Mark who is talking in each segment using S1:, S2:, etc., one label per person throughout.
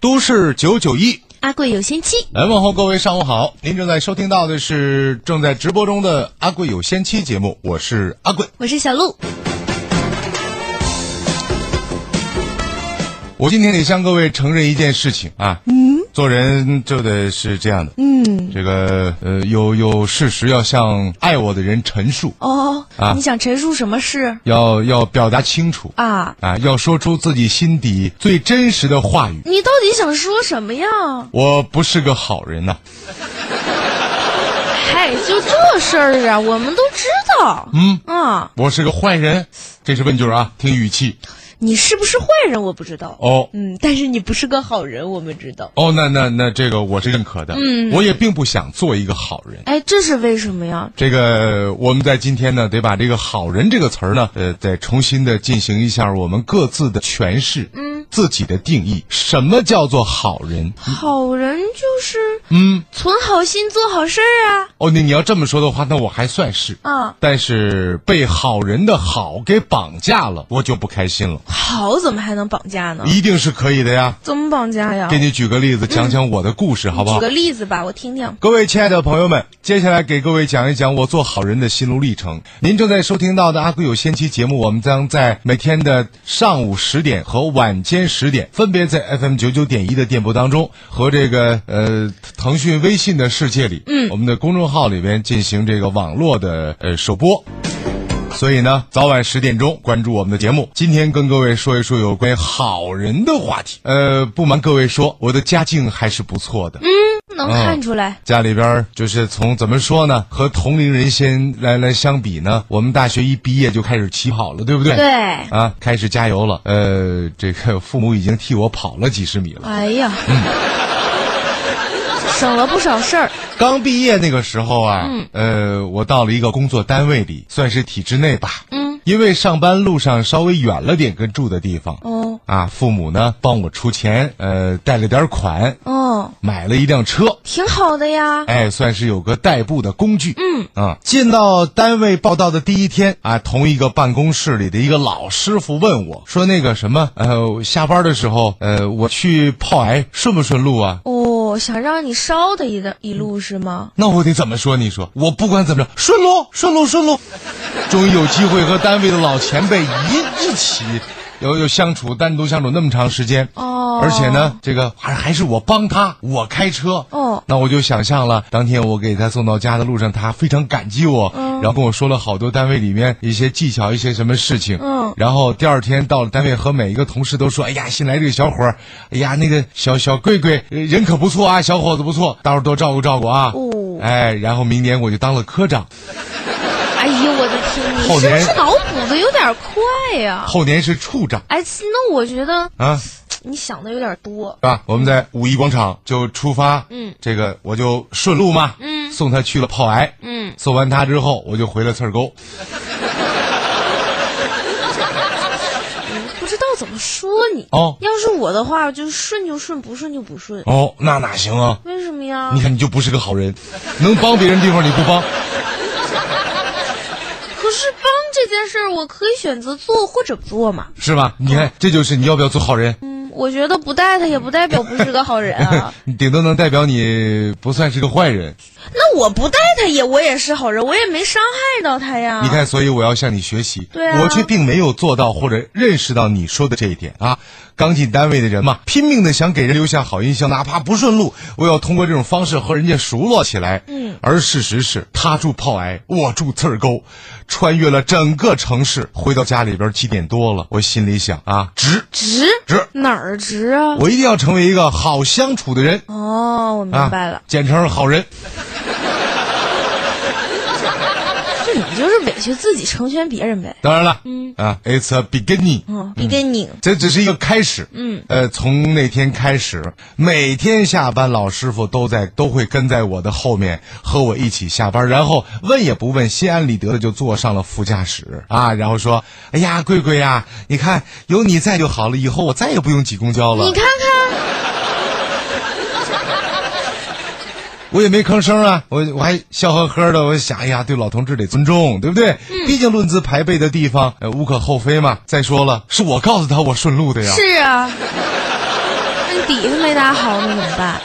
S1: 都市九九一。
S2: 阿贵有仙妻，
S1: 来问候各位，上午好！您正在收听到的是正在直播中的《阿贵有仙妻》节目，我是阿贵。
S2: 我是小鹿。
S1: 我今天得向各位承认一件事情啊，嗯，做人就得是这样的，嗯，这个呃，有有事实要向爱我的人陈述，
S2: 哦，
S1: 啊
S2: 你想陈述什么事
S1: 要要表达清楚
S2: 啊？
S1: 啊，要说出自己心底最真实的话语。
S2: 你到底想说什么呀？
S1: 我不是个好人呐、
S2: 嗨，就这事儿啊，我们都知道。嗯啊，
S1: 我是个坏人，这是问句儿啊，听语气。
S2: 你是不是坏人我不知道。
S1: 哦
S2: 嗯，但是你不是个好人，我们知道。
S1: 哦，那那那这个我是认可的，嗯，我也并不想做一个好人。
S2: 哎，这是为什么呀？
S1: 这个我们在今天呢，得把这个“好人”这个词儿呢，呃，再重新的进行一下我们各自的诠释，嗯，自己的定义，什么叫做好人？
S2: 好人就是嗯，存好心做好事儿啊
S1: 哦，那你要这么说的话，那我还算是，
S2: 啊。啊，
S1: 但是被好人的好给绑架了，我就不开心了，
S2: 好怎么还能绑架呢？
S1: 一定是可以的呀。
S2: 怎么绑架呀？
S1: 给你举个例子，讲讲我的故事，好不
S2: 举
S1: 好？
S2: 个例子吧，我听听。
S1: 各位亲爱的朋友们，接下来给各位讲一讲我做好人的心路历程。您正在收听到的《阿贵有仙妻》节目，我们将在每天的上午十点和晚间十点，分别在 FM 九九点一的电波当中和这个呃腾讯微信的世界里，嗯，我们的公众号里边进行这个网络的呃首播。所以呢，早晚十点钟关注我们的节目。今天跟各位说一说有关于好人的话题。呃，不瞒各位说，我的家境还是不错的。哦
S2: 能看出来，
S1: 家里边儿就是从怎么说呢，和同龄人先来来相比呢，我们大学一毕业就开始起跑了，对不对？
S2: 对。
S1: 啊，开始加油了。呃，这个父母已经替我跑了几十米了。
S2: 哎呀，省了不少事儿。
S1: 刚毕业那个时候啊，
S2: 嗯
S1: 呃，我到了一个工作单位里，算是体制内吧。
S2: 嗯。
S1: 因为上班路上稍微远了点，跟住的地方。
S2: 哦
S1: 啊，父母呢帮我出钱，呃，贷了点款，
S2: 哦，
S1: 买了一辆车。
S2: 挺好的呀。
S1: 哎，算是有个代步的工具。嗯啊，进到单位报道的第一天啊，同一个办公室里的一个老师傅问我说：“那个什么，呃，我下班的时候，呃，我去泡癌顺不顺路啊
S2: 哦，想让你捎他一的一路是吗？”？
S1: 那我得怎么说？你说我不管怎么着，顺路，顺路，顺路。终于有机会和单位的老前辈一一起，有有相处，单独相处那么长时间。
S2: 哦
S1: 而且呢，这个还还是我帮他，我开车。
S2: 哦
S1: 那我就想象了，当天我给他送到家的路上，他非常感激我，
S2: 嗯
S1: 然后跟我说了好多单位里面一些技巧，一些什么事情。
S2: 嗯
S1: 然后第二天到了单位，和每一个同事都说：“哎呀，新来这个小伙儿，哎呀，那个小小贵贵呃人可不错啊，小伙子不错，到时候多照顾照顾啊。”
S2: 哦
S1: 哎，然后明年我就当了科长，
S2: 哎呀，我的天，
S1: 后
S2: 你是
S1: 年
S2: 不是脑补的有点快呀？
S1: 后年是处长
S2: 哎，其那我觉得
S1: 啊。
S2: 你想的有点多。
S1: 是吧？我们在五一广场就出发，
S2: 嗯，
S1: 这个我就顺路嘛，嗯，送他去了炮癌，
S2: 嗯，
S1: 送完他之后，我就回了刺儿沟。
S2: 不知道怎么说你
S1: 哦
S2: 要是我的话，就顺就顺，不顺就不顺。
S1: 哦，那哪行啊？
S2: 为什么呀
S1: 你？看你就不是个好人，能帮别人的地方你不帮，
S2: 可是帮这件事儿，我可以选择做或者不做嘛。
S1: 是吧？你看这就是你要不要做好人，
S2: 嗯，我觉得不带他也不代表不是个好人啊。
S1: 你顶多能代表你不算是个坏人。
S2: 那我不带他也，我也是好人，我也没伤害到他呀。
S1: 你，看，所以我要向你学习。
S2: 对啊
S1: 我却并没有做到或者认识到你说的这一点啊。刚进单位的人嘛，拼命的想给人留下好印象，哪怕不顺路，我要通过这种方式和人家熟络起来。嗯，而事实是，他住炮癌，我住刺儿沟，穿越了整个城市，回到家里边七点多了，我心里想啊，值
S2: 直
S1: 值，
S2: 哪儿直啊？
S1: 我一定要成为一个好相处的人。
S2: 哦，我明
S1: 啊，
S2: 白了，
S1: 简称好人。啊
S2: 这你就是委屈自己，成全别人呗。
S1: 当然了，嗯啊，It's a beginning。
S2: 嗯，你跟拧。
S1: 这只是一个开始。嗯，呃，从那天开始，每天下班，老师傅都在都会跟在我的后面，和我一起下班，然后问也不问，心安理得的就坐上了副驾驶啊，然后说：“哎呀，贵贵呀、你看有你在就好了，以后我再也不用挤公交
S2: 你
S1: 了。
S2: 看看，”
S1: 我也没吭声啊，我我还笑呵呵的，我想，哎呀，对老同志得尊重，对不对？
S2: 嗯
S1: 毕竟论资排辈的地方，呃，无可厚非嘛。再说了，是我告诉他我顺路的呀。
S2: 是啊，那底子没打好，那怎么办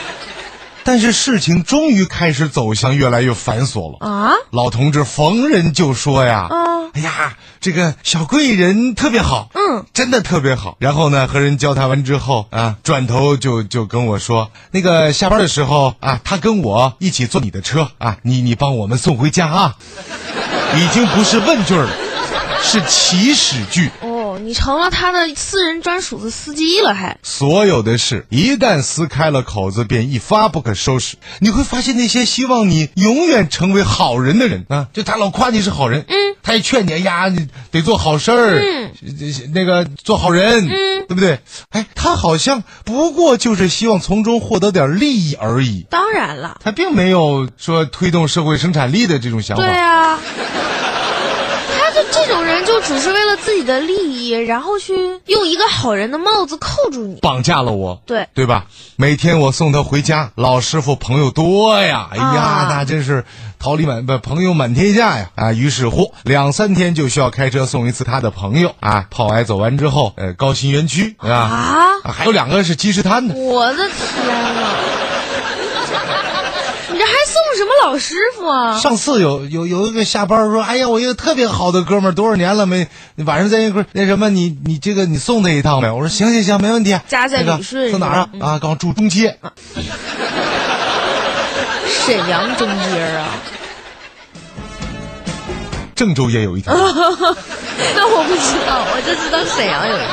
S1: 但是事情终于开始走向越来越繁琐了。
S2: 啊？
S1: 老同志逢人就说呀：“
S2: 嗯
S1: 哎呀，这个小贵人特别好，
S2: 嗯，
S1: 真的特别好。”然后呢，和人交谈完之后啊，转头就就跟我说：“那个下班的时候啊，他跟我一起坐你的车啊，你你帮我们送回家啊。”已经不是问句儿了，是祈使句。
S2: 哦，你成了他的私人专属的司机了，还
S1: 所有的事一旦撕开了口子，便一发不可收拾。你会发现那些希望你永远成为好人的人啊，就他老夸你是好人，嗯，他也劝你哎呀，你得做好事儿，嗯，那个做好人，嗯，对不对？哎，他好像不过就是希望从中获得点利益而已，
S2: 当然了，
S1: 他并没有说推动社会生产力的这种想
S2: 对
S1: 法。
S2: 啊，他就这种人就只是为了自己的利益，然后去用一个好人的帽子扣住你。
S1: 绑架了我，
S2: 对
S1: 对吧？每天我送他回家，老师傅朋友多呀，哎呀，
S2: 啊
S1: 那真是桃李满不朋友满天下呀！啊，于是乎两三天就需要开车送一次他的朋友啊，跑完走完之后，呃，高新园区啊
S2: 啊
S1: 啊还有两个是积石滩的，
S2: 我的天呐！你这还送什么老师傅啊？
S1: 上次有有有一个下班说，哎呀，我一个特别好的哥们儿，多少年了没晚上在一块儿那什么，你你这个你送他一趟呗？我说行行行，没问题。啊
S2: 家在
S1: 那个
S2: 旅顺
S1: 送哪儿啊？
S2: 是吧嗯
S1: 啊，刚住中街，
S2: 沈阳中街啊？
S1: 郑州也有一条。
S2: 啊那我不知道，我就知道沈阳有一个。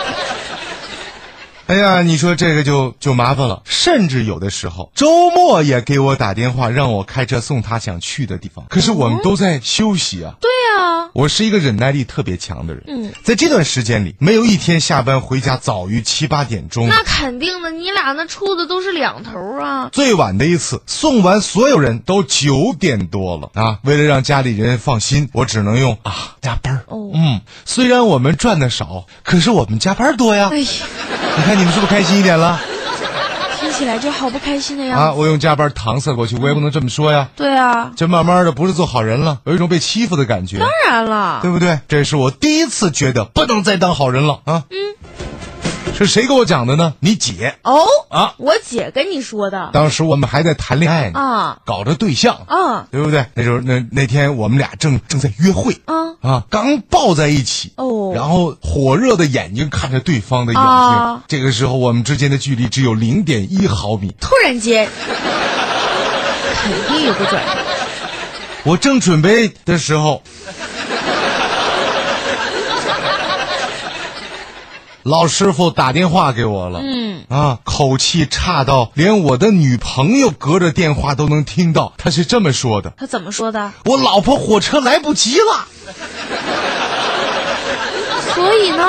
S1: 哎呀，你说这个就就麻烦了，甚至有的时候周末也给我打电话，让我开车送他想去的地方。可是我们都在休息啊。
S2: 对啊，
S1: 我是一个忍耐力特别强的人，
S2: 嗯
S1: 在这段时间里，没有一天下班回家早于七八点钟。
S2: 那肯定的，你俩那处的都是两头啊。
S1: 最晚的一次送完所有人都九点多了啊！为了让家里人放心，我只能用啊加班儿。
S2: 哦
S1: 嗯，虽然我们赚的少，可是我们加班儿多呀。
S2: 哎呀，
S1: 你看你们是不是开心一点了？
S2: 听起来就好不开心的样子。
S1: 啊，我用加班搪塞过去，我也不能这么说呀。
S2: 对啊，
S1: 这慢慢的不是做好人了，有一种被欺负的感觉，
S2: 当然了，
S1: 对不对？这是我第一次觉得不能再当好人了啊。嗯，是谁给我讲的呢？你姐。
S2: 哦
S1: 啊
S2: 我姐跟你说的
S1: 当时我们还在谈恋爱呢，
S2: 啊
S1: 搞着对象，
S2: 啊
S1: 对不对？那时候那那天我们俩正正在约会。
S2: 啊
S1: 啊，刚抱在一起
S2: 哦
S1: 然后火热的眼睛看着对方的眼睛，
S2: 啊
S1: 这个时候我们之间的距离只有零点一毫米，
S2: 突 然间，肯定有个转折。
S1: 我正准备的时候，老师傅打电话给我了。嗯啊，口气差到连我的女朋友隔着电话都能听到。他是这么说的
S2: 她怎么说的？：“
S1: 我老婆火车来不及了，
S2: 所以呢，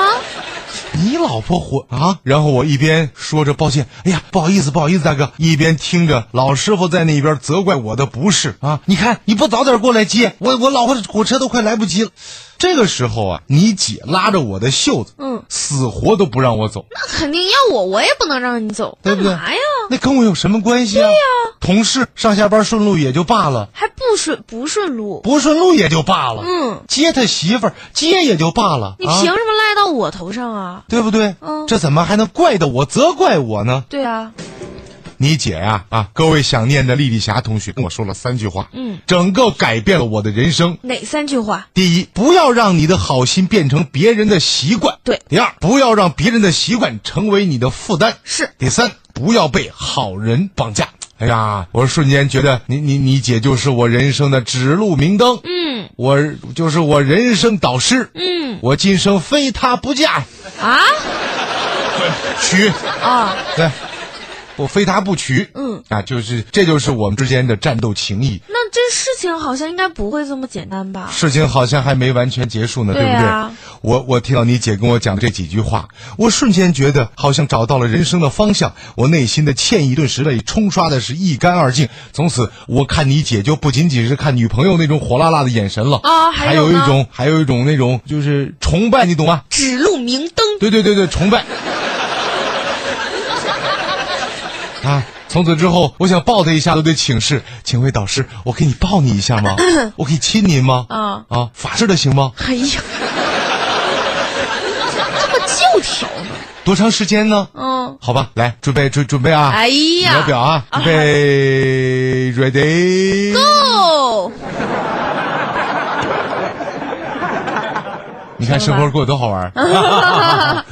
S1: 你老婆火啊！”然后我一边说着抱歉，哎呀，不好意思，不好意思，大哥，一边听着老师傅在那边责怪我的不是啊！你看你不早点过来接我，我老婆火车都快来不及了。这个时候啊，你姐拉着我的袖子，
S2: 嗯，
S1: 死活都不让我走，
S2: 那肯定要我，我也不能让你走，
S1: 对不对
S2: 干嘛呀？
S1: 那跟我有什么关系啊？对呀、同事上下班顺路也就罢了，
S2: 还不顺不顺路？
S1: 不顺路也就罢了，
S2: 嗯，
S1: 接他媳妇儿接也就罢了，
S2: 你
S1: 啊
S2: 凭什么赖到我头上啊？
S1: 对不对？
S2: 嗯
S1: 这怎么还能怪到我责怪我呢？
S2: 对啊，
S1: 你姐呀、啊，各位想念的丽丽霞同学跟我说了三句话，嗯，整个改变了我的人生。
S2: 哪三句话？
S1: 第一，不要让你的好心变成别人的习惯；
S2: 对
S1: 第二，不要让别人的习惯成为你的负担；
S2: 是
S1: 第三，不要被好人绑架。哎呀，我瞬间觉得你你你姐就是我人生的指路明灯，
S2: 嗯
S1: 我就是我人生导师，
S2: 嗯
S1: 我今生非她不嫁。
S2: 啊
S1: 娶，
S2: 啊，
S1: 对，我非她不娶。
S2: 嗯
S1: 啊，就是这就是我们之间的战斗情谊。
S2: 那这事情好像应该不会这么简单吧？
S1: 事情好像还没完全结束呢，
S2: 对
S1: 不对
S2: 啊？
S1: 我我听到你姐跟我讲这几句话，我瞬间觉得好像找到了人生的方向，我内心的歉意顿时被冲刷的是一干二净。从此，我看你姐就不仅仅是看女朋友那种火辣辣的眼神了，
S2: 啊
S1: 还
S2: 还有
S1: 一
S2: 呢
S1: 种还有一种那种就是崇拜，你懂吗？
S2: 指路明灯，
S1: 对对对对，崇拜。啊，从此之后，我想抱他一下都得请示，请问导师，我可以抱你一下 吗？我可以亲您吗？
S2: 啊
S1: 啊，法式的行吗？
S2: 哎呀，这不六条呢。
S1: 多长时间呢？
S2: 嗯，
S1: 好吧，来准备准准备啊！
S2: 哎呀，
S1: 秒表啊，准备 ready。
S2: 哦，
S1: 你看生活过得多好玩儿。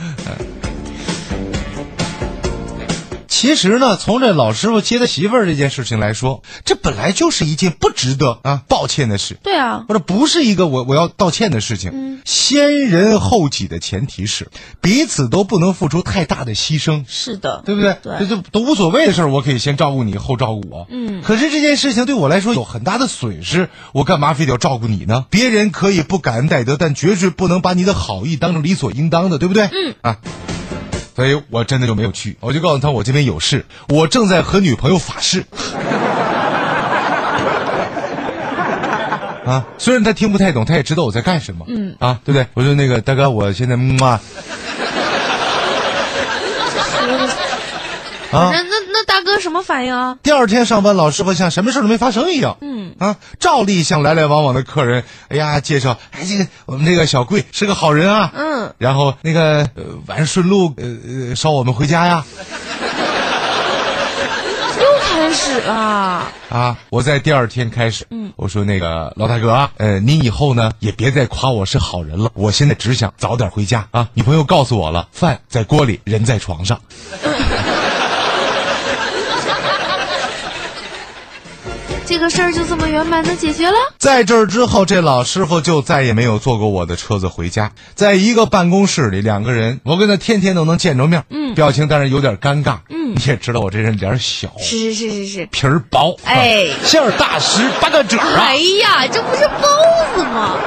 S1: 其实呢，从这老师傅接他媳妇儿这件事情来说，这本来就是一件不值得啊抱歉的事，
S2: 对啊，
S1: 或者不是一个我我要道歉的事情。先人后己的前提是彼此都不能付出太大的牺牲。
S2: 是的，
S1: 对不对？
S2: 对
S1: 这就都无所谓的事儿，我可以先照顾你，后照顾我。嗯，可是这件事情对我来说有很大的损失，我干嘛非得要照顾你呢？别人可以不感恩戴德，但绝对不能把你的好意当成理所应当的，对不对？嗯啊。所以我真的就没有去，我就告诉他我这边有事，我正在和女朋友发 誓。啊，虽然他听不太懂，他也知道我在干什么。嗯啊，对不对？我说那个大哥，我现在嗯啊，啊
S2: 那那那大哥什么反应啊？
S1: 第二天上班，老师傅像什么事儿都没发生一样。嗯啊，照例向来来往往的客人，哎呀，介绍，哎，这个我们这个小贵是个好人啊。
S2: 嗯，
S1: 然后那个呃晚上顺路呃呃捎我们回家呀。
S2: 又开始了，
S1: 啊，我在第二天开始，嗯，我说那个老大哥啊，呃，您以后呢也别再夸我是好人了，我现在只想早点回家啊。女朋友告诉我了，饭在锅里，人在床上。
S2: 这个事儿就这么圆满的解决了。
S1: 在这儿之后，这老师傅就再也没有坐过我的车子回家，在一个办公室里，两个人，我跟他天天都能见着面，嗯，表情当然有点尴尬，嗯，你也知道我这人脸小，
S2: 是是是是是，
S1: 皮儿薄，
S2: 哎
S1: 啊馅儿大实八个褶儿啊
S2: 哎，呀，这不是包子吗？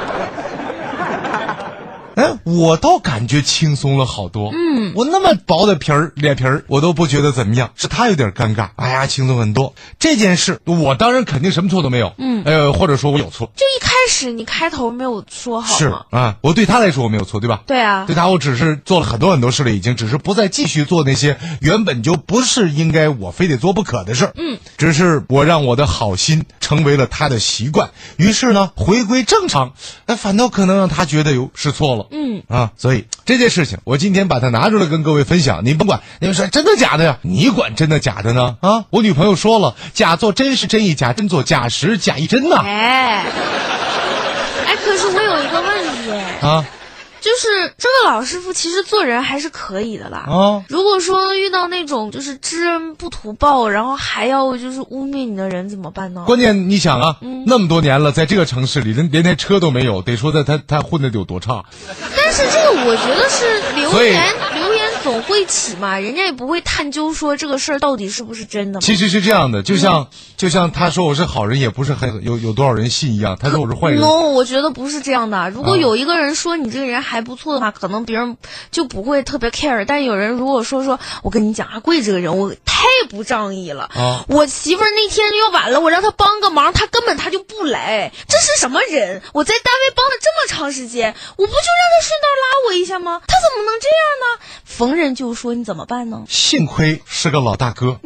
S1: 哎，我倒感觉轻松了好多，嗯，我那么薄的皮儿脸皮儿，我都不觉得怎么样，是他有点尴尬，哎呀，轻松很多。这件事，我当然肯定什么错都没有，嗯，呃，或者说我有错，
S2: 就一开始你开头没有说好
S1: 是
S2: 吗？
S1: 啊，我对他来说我没有错，对吧？
S2: 对啊
S1: 对他我只是做了很多很多事了，已经只是不再继续做那些原本就不是应该我非得做不可的事儿。嗯，只是我让我的好心成为了他的习惯，于是呢回归正常，那反倒可能让他觉得有是错了。嗯啊，所以这件事情我今天把它拿出来跟各位分享，您甭管，你们说真的假的呀？你管真的假的呢？啊，我女朋友说了，假作真是真亦假，真作假时假亦真呐、
S2: 哎，哎，可是我有一个问题，哎
S1: 啊
S2: 就是这个老师傅其实做人还是可以的啦。
S1: 啊
S2: 如果说遇到那种就是知恩不图报，然后还要就是污蔑你的人怎么办呢？
S1: 关键你想啊，那么多年了，在这个城市里，连连台车都没有，得说他他他混的得有多差。
S2: 但是这个我觉得是
S1: 所
S2: 流
S1: 以
S2: 言，流言总会起嘛，人家也不会探究说这个事儿到底是不是真的嘛。
S1: 其实是这样的，就像、就像他说我是好人，也不是很有有多少人信一样。他说我是坏人，啊
S2: no，我觉得不是这样的。如果有一个人说你这个人还不错的话，可能别人就不会特别 care。但有人如果说说，我跟你讲，阿贵这个人我太不仗义了。
S1: 啊
S2: 我媳妇儿那天要晚了，我让她帮个忙，她根本她就不来。这是什么人？我在单位帮了这么长时间，我不就让她顺道拉我一下吗？她怎么能这样呢？逢人就说，你怎么办呢？
S1: 幸亏是个老大哥，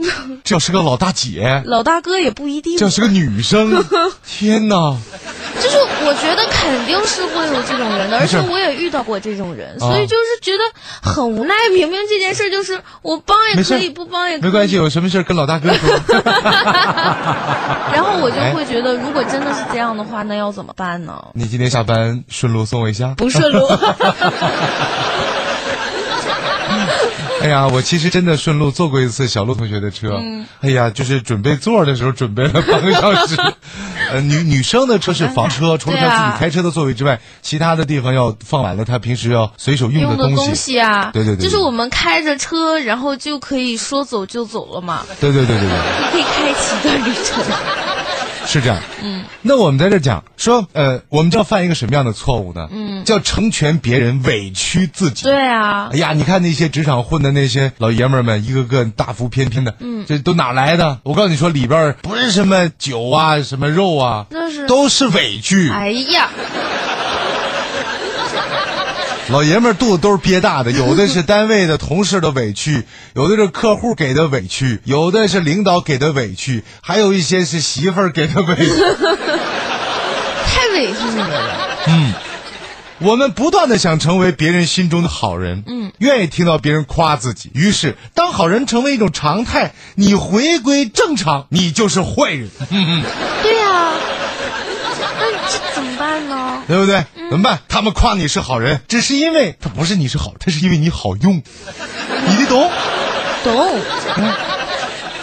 S1: 这要是个老大姐，
S2: 老大哥也不一定
S1: 这。要是个女生，天哪！
S2: 就是我觉得肯定是会有这种人的，而且
S1: 没事
S2: 我也遇到过这种人，
S1: 啊
S2: 所以就是觉得很无奈。明明这件事就是我帮也
S1: 没事
S2: 可以，不帮也可以，
S1: 没关系，。有什么事儿跟老大哥说。
S2: 然后我就
S1: 哎
S2: 会觉得，如果真的是这样的话，那要怎么办呢？
S1: 你今天下班顺路送我一下。
S2: 不 顺路，
S1: 哎呀，我其实真的顺路坐过一次小鹿同学的车。哎呀，就是准备座儿的时候准备了半个小 时。呃，女女生的车是房车，除了
S2: 对
S1: 她自
S2: 啊
S1: 己开车的座位之外，其他的地方要放满了她平时要随手用
S2: 用
S1: 的
S2: 的
S1: 东
S2: 东
S1: 西。
S2: 西啊，
S1: 对对对对
S2: 就是我们开着车，然后就可以说走就走了嘛，
S1: 对对对对对，
S2: 也可以开启一段旅程。
S1: 是这样。嗯，那我们在这讲说，呃，我们就要犯一个什么样的错误呢？嗯，叫成全别人，委屈自己。
S2: 对啊
S1: 哎，呀，你看那些职场混的那些老爷们儿们，一个个大腹翩翩的，嗯，这都哪来的？我告诉你说，里边儿不是什么酒啊，什么肉啊，
S2: 那是
S1: 都是委屈。
S2: 哎呀，
S1: 老爷们儿肚子都是憋大的，有的是单位的同事的委屈，有的是客户给的委屈，有的是领导给的委屈，还有一些是媳 妇儿给的委屈。
S2: 太委屈你们了。
S1: 我们不断的想成为别人心中的好人，嗯，愿意听到别人夸自己。于是，当好人成为一种常态，你回归正常，你就是坏人，
S2: 对呀、那这怎么办呢？
S1: 对不对？怎么办？他们夸你是好人，只是因为他不是你是好，他是因为你好用，你得懂。
S2: 懂，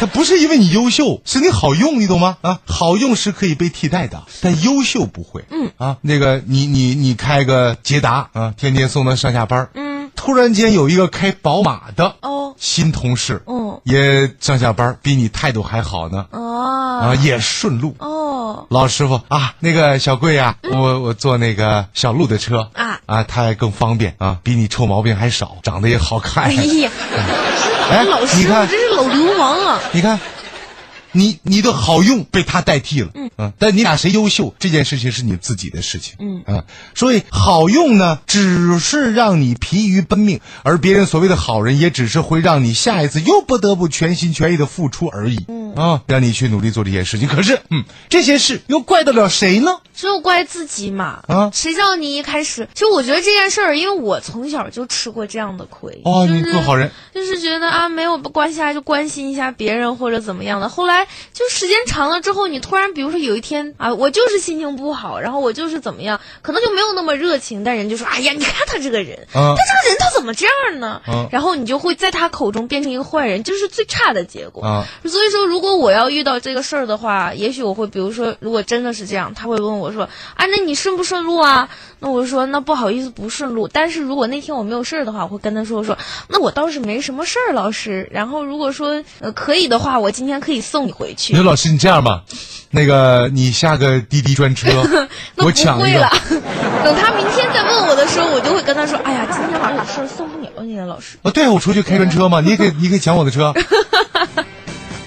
S1: 他不是因为你优秀，是你好用，你懂吗？啊，好用是可以被替代的，但优秀不会。嗯啊，那个你你你开个捷达啊，天天送他上下班。嗯，突然间有一个开宝马的
S2: 哦
S1: 新同事，
S2: 嗯
S1: 也上下班，比你态度还好呢。
S2: 哦
S1: 啊，也顺路。
S2: 哦，
S1: 老师傅啊，那个小贵呀、我我坐那个小鹿的车
S2: 嗯啊
S1: 啊，他还更方便啊，比你臭毛病还少，长得也好看
S2: 哎。呀，
S1: 哎，
S2: 老
S1: 你
S2: 师傅
S1: 看
S2: 真是老流氓啊！
S1: 你看，你你的好用被他代替了，嗯、但你俩谁优秀这件事情是你自己的事情，嗯啊，所以好用呢，只是让你疲于奔命，而别人所谓的好人，也只是会让你下一次又不得不全心全意的付出而已，嗯啊，让你去努力做这些事情。可是，嗯，这些事又怪得了谁呢？
S2: 只有怪自己嘛，
S1: 啊
S2: 谁叫你一开始？其实我觉得这件事儿，因为我从小就吃过这样的亏，
S1: 哦，
S2: 就
S1: 你
S2: 是
S1: 做好人，
S2: 就是觉得啊，没有关系啊，就关心一下别人或者怎么样的。后来就时间长了之后，你突然比如说有一天啊，我就是心情不好，然后我就是怎么样，可能就没有那么热情，但人就说，哎呀，你看他这个人，
S1: 嗯
S2: 他这个人他怎么这样呢？
S1: 嗯
S2: 然后你就会在他口中变成一个坏人，这是最差的结果。
S1: 啊
S2: 所以说，如果我要遇到这个事儿的话，也许我会，比如说，如果真的是这样，他会问我说：“啊，那你顺不顺路啊？”那我就说：“那不好意思，不顺路。”但是如果那天我没有事儿的话，我会跟他说：“我说那我倒是没什么事儿，老师。然后如果说呃可以的话，我今天可以送你回
S1: 你
S2: 去。，
S1: 说老师，你这样吧，那个你下个滴滴专车 我
S2: 那不
S1: 抢一
S2: 会
S1: 个
S2: 了。 等他明天再问我的时候，我就会跟他说：“哎呀，今天好像有事儿送不了你了，老师。
S1: 啊，对啊，我出去开专车嘛，你也可以，你也可以抢我的 车。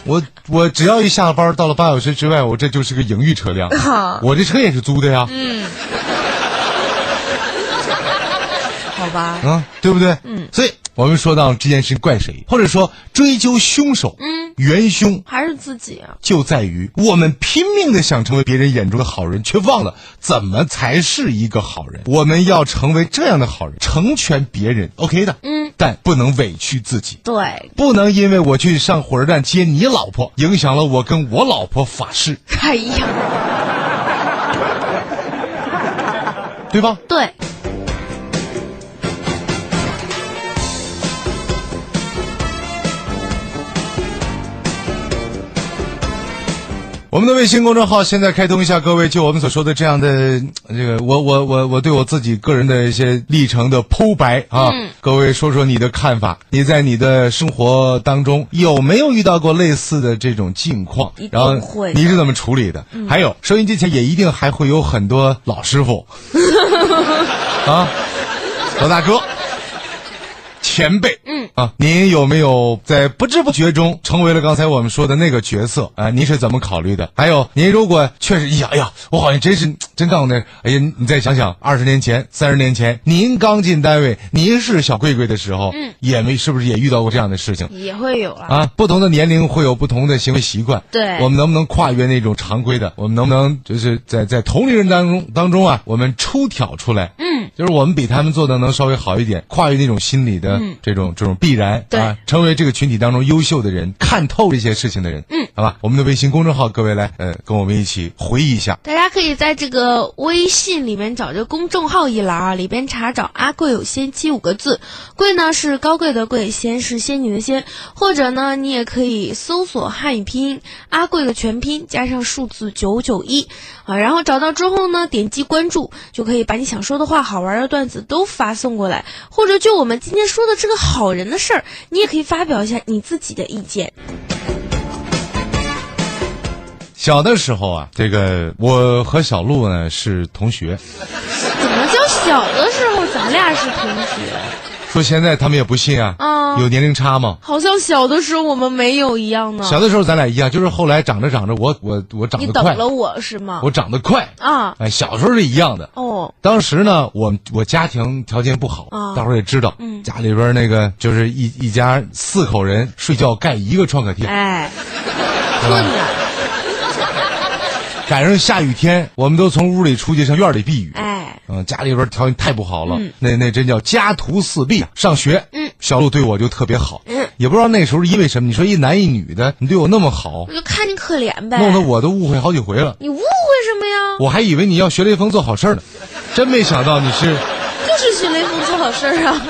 S1: 我我只要一下班，到了八小时之外，我这就是个营运车辆
S2: 啊，
S1: 我这车也是租的呀，”
S2: 嗯好吧，
S1: 啊，对不对？嗯，所以我们说到这件事怪谁，或者说追究凶手，嗯，元凶
S2: 还是自己啊。
S1: 就在于我们拼命的想成为别人眼中的好人，却忘了怎么才是一个好人。我们要成为这样的好人，成全别人，OK 的，嗯，但不能委屈自己。
S2: 对，
S1: 不能因为我去上火车站接你老婆，影响了我跟我老婆发誓，
S2: 哎呀，
S1: 对吧？
S2: 对，
S1: 我们的微信公众号现在开通一下，各位就我们所说的这样的呃这个，我我我我对我自己个人的一些历程的剖白啊，
S2: 嗯
S1: 各位说说你的看法，你在你的生活当中有没有遇到过类似的这种境况
S2: 一定？
S1: 然后
S2: 会的嗯
S1: 你是怎么处理的？还有收音机前也一定还会有很多老师傅啊，老大哥。前辈，嗯啊，您有没有在不知不觉中成为了刚才我们说的那个角色啊？您是怎么考虑的？还有，您如果确实，哎呀哎呀，我好像真是真干过那，哎呀，你你再想想，二十年前、三十年前，您刚进单位，您是小贵贵的时候，嗯，也没是不是也遇到过这样的事情？
S2: 也会有啊。
S1: 啊，不同的年龄会有不同的行为习惯。
S2: 对
S1: 我们能不能跨越那种常规的？我们能不能就是在在同龄人当中当中啊，我们出挑出来？嗯，就是我们比他们做的能稍微好一点，跨越那种心理的这种、这种必然，
S2: 对
S1: 啊，成为这个群体当中优秀的人，看透这些事情的人。嗯，好吧，我们的微信公众号，各位来呃，跟我们一起回忆一下。
S2: 大家可以在这个微信里面找这个公众号一栏啊，里边查找“阿贵有仙妻”五个字，贵呢是高贵的贵，仙是仙女的仙，或者呢你也可以搜索汉语拼音“阿贵”的全拼加上数字九九一啊，然后找到之后呢，点击关注就可以把你想说的话、好玩的段子都发送过来，或者就我们今天说的这个好人的事儿，你也可以发表一下你自己的意见。
S1: 小的时候啊，这个我和小鹿呢是同学，
S2: 怎么叫小的时候咱俩是同学？
S1: 说现在他们也不信啊，
S2: 啊
S1: 有年龄差吗？
S2: 好像小的时候我们没有一样呢。
S1: 小的时候咱俩一样，就是后来长着长着，我我我长
S2: 嗯你
S1: 得
S2: 等
S1: 快，
S2: 了我是吗？
S1: 我长得快，
S2: 啊，
S1: 哎，小时候是一样的。
S2: 哦，
S1: 当时呢，我我家庭条件不好，
S2: 啊
S1: 大伙儿也知道，家里边那个就是一一家四口人睡觉盖一个创可贴，
S2: 哎，困难，
S1: 赶上下雨天，我们都从屋里出去上院里避雨。
S2: 哎，嗯
S1: 嗯，家里边条件太不好了，那那真叫家徒四壁。上学，嗯，小鹿对我就特别好，
S2: 嗯，
S1: 也不知道那时候因为什么，你说一男一女的，你对我那么好
S2: 我，就看你可怜呗。
S1: 弄得我都误会好几回了，
S2: 你误会什么呀？
S1: 我还以为你要学雷锋做好事儿呢，真没想到你是
S2: 就是学雷锋做好事儿啊，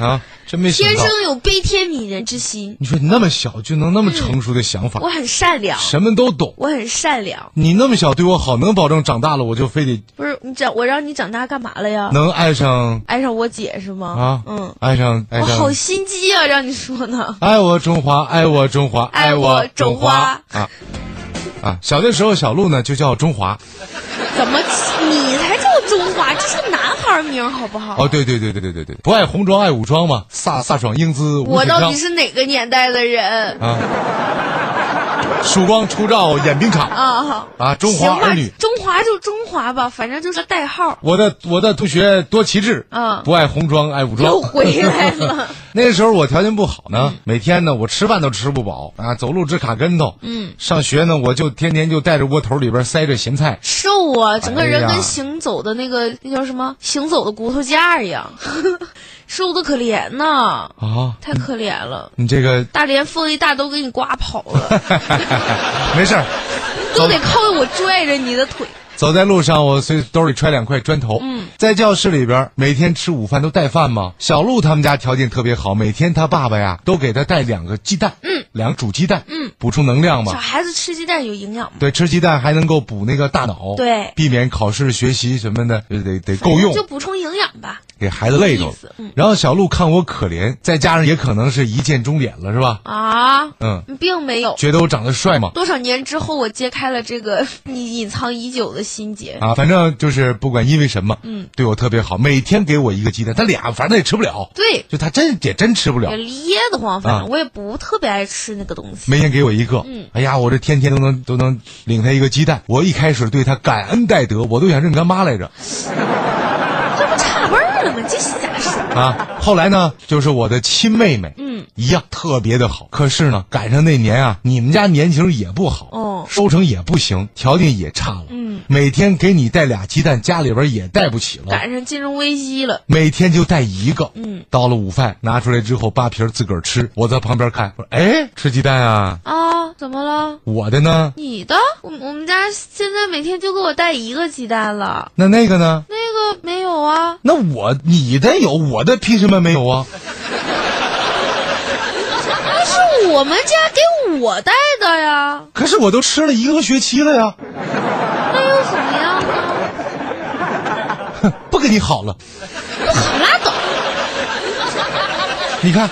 S1: 啊，真没想
S2: 天
S1: 到，
S2: 生有悲天悯人之心，
S1: 你说你那么小就能那么成熟的想法，
S2: 我很善良，
S1: 什么都懂。
S2: 我很善良。
S1: 你那么小对我好，能保证长大了我就非得
S2: 不是你长我让你长大干嘛了呀？
S1: 能爱上
S2: 爱上我姐是吗？
S1: 啊？
S2: 嗯，，
S1: 爱上爱
S2: 我好
S1: 上，
S2: 心机啊，让你说呢。
S1: 爱我中华，爱我中华，
S2: 爱我
S1: 我
S2: 中
S1: 中
S2: 华
S1: 啊啊！小的时候，小鹿呢就叫中华。
S2: 怎么你才叫中华？这是个男孩名好不好？
S1: 哦，对对对对对对对，不爱红妆爱武装嘛，飒飒爽英姿无
S2: 我
S1: 限
S2: 到
S1: 张啊
S2: 底。是哪个年代的人
S1: 曙光初照演兵场
S2: 啊？
S1: 啊，中
S2: 行
S1: 华
S2: 吧
S1: 儿女，。
S2: 中华就中华吧，反正就是代号。
S1: 我的我的同学多旗帜，
S2: 嗯
S1: 不爱红装爱武装。
S2: 又回来 了。
S1: 那时候我条件不好呢，每天呢我吃饭都吃不饱啊，走路直卡跟头。嗯，上学呢我就天天就带着窝头里边塞着咸菜，
S2: 瘦啊，整个人
S1: 哎
S2: 跟
S1: 呀
S2: 行走的那个、那叫什么？行走的骨头架一样， 瘦的可怜呐，
S1: 啊，
S2: 太可怜了。
S1: 你这个
S2: 大连风一大都给你刮跑 了，
S1: 没事儿，
S2: 都得靠我拽着你的腿。
S1: 走在路上我随兜里揣两块砖头。嗯，在教室里边每天吃午饭都带饭吗？小鹿他们家条件特别好，每天他爸爸呀都给他带两个鸡蛋，嗯，两个煮鸡蛋，嗯，补充能量
S2: 小
S1: 嘛。
S2: 孩子吃鸡蛋有营养吗？
S1: 对，吃鸡蛋还能够补那个大脑，
S2: 对
S1: 避免考试学习什么的，呃得得够用。
S2: 就补充营养吧。
S1: 给孩子累着
S2: 意
S1: 了
S2: 思。嗯
S1: 然后小鹿看我可怜，再加上也可能是一见钟脸了，是吧？
S2: 啊，
S1: 嗯，
S2: 并没有。
S1: 觉得我长得帅嘛。
S2: 多少年之后，我揭开了这个 你隐藏已久的心结。
S1: 啊，反正就是不管因为什么，嗯，对我特别好，每天给我一个鸡蛋，他俩反正也吃不了，
S2: 对，
S1: 就他真也真吃不了
S2: 也，噎得慌，反
S1: 啊
S2: 正我也不特别爱吃那个东西。
S1: 每天给我一个，嗯，哎呀，我这天天都能都能领他一个鸡蛋，我一开始对他感恩戴德，我都想认干妈来着
S2: 这不差味儿了吗？这是咋说？
S1: 啊。后来呢，就是我的亲妹妹，嗯，一样特别的好，可是呢，赶上那年啊，你们家年轻人也不好，
S2: 哦
S1: 收成也不行，条件也差了，嗯，每天给你带俩鸡蛋，家里边也带不起了，
S2: 赶上金融危机了。
S1: 每天就带一个，嗯，到了午饭拿出来之后扒皮儿自个儿吃，我在旁边看，我说哎，吃鸡蛋啊，
S2: 啊，怎么了？
S1: 我的呢？
S2: 你的？我我们家现在每天就给我带一个鸡蛋了，
S1: 那那个呢？
S2: 那个没有啊，
S1: 那我你的有，我的凭什么没有啊？
S2: 那是我们家给我带的呀，
S1: 可是我都吃了一个学期了呀，
S2: 那又怎么样呢？
S1: 不跟你好了。
S2: 好拉倒，
S1: 你看，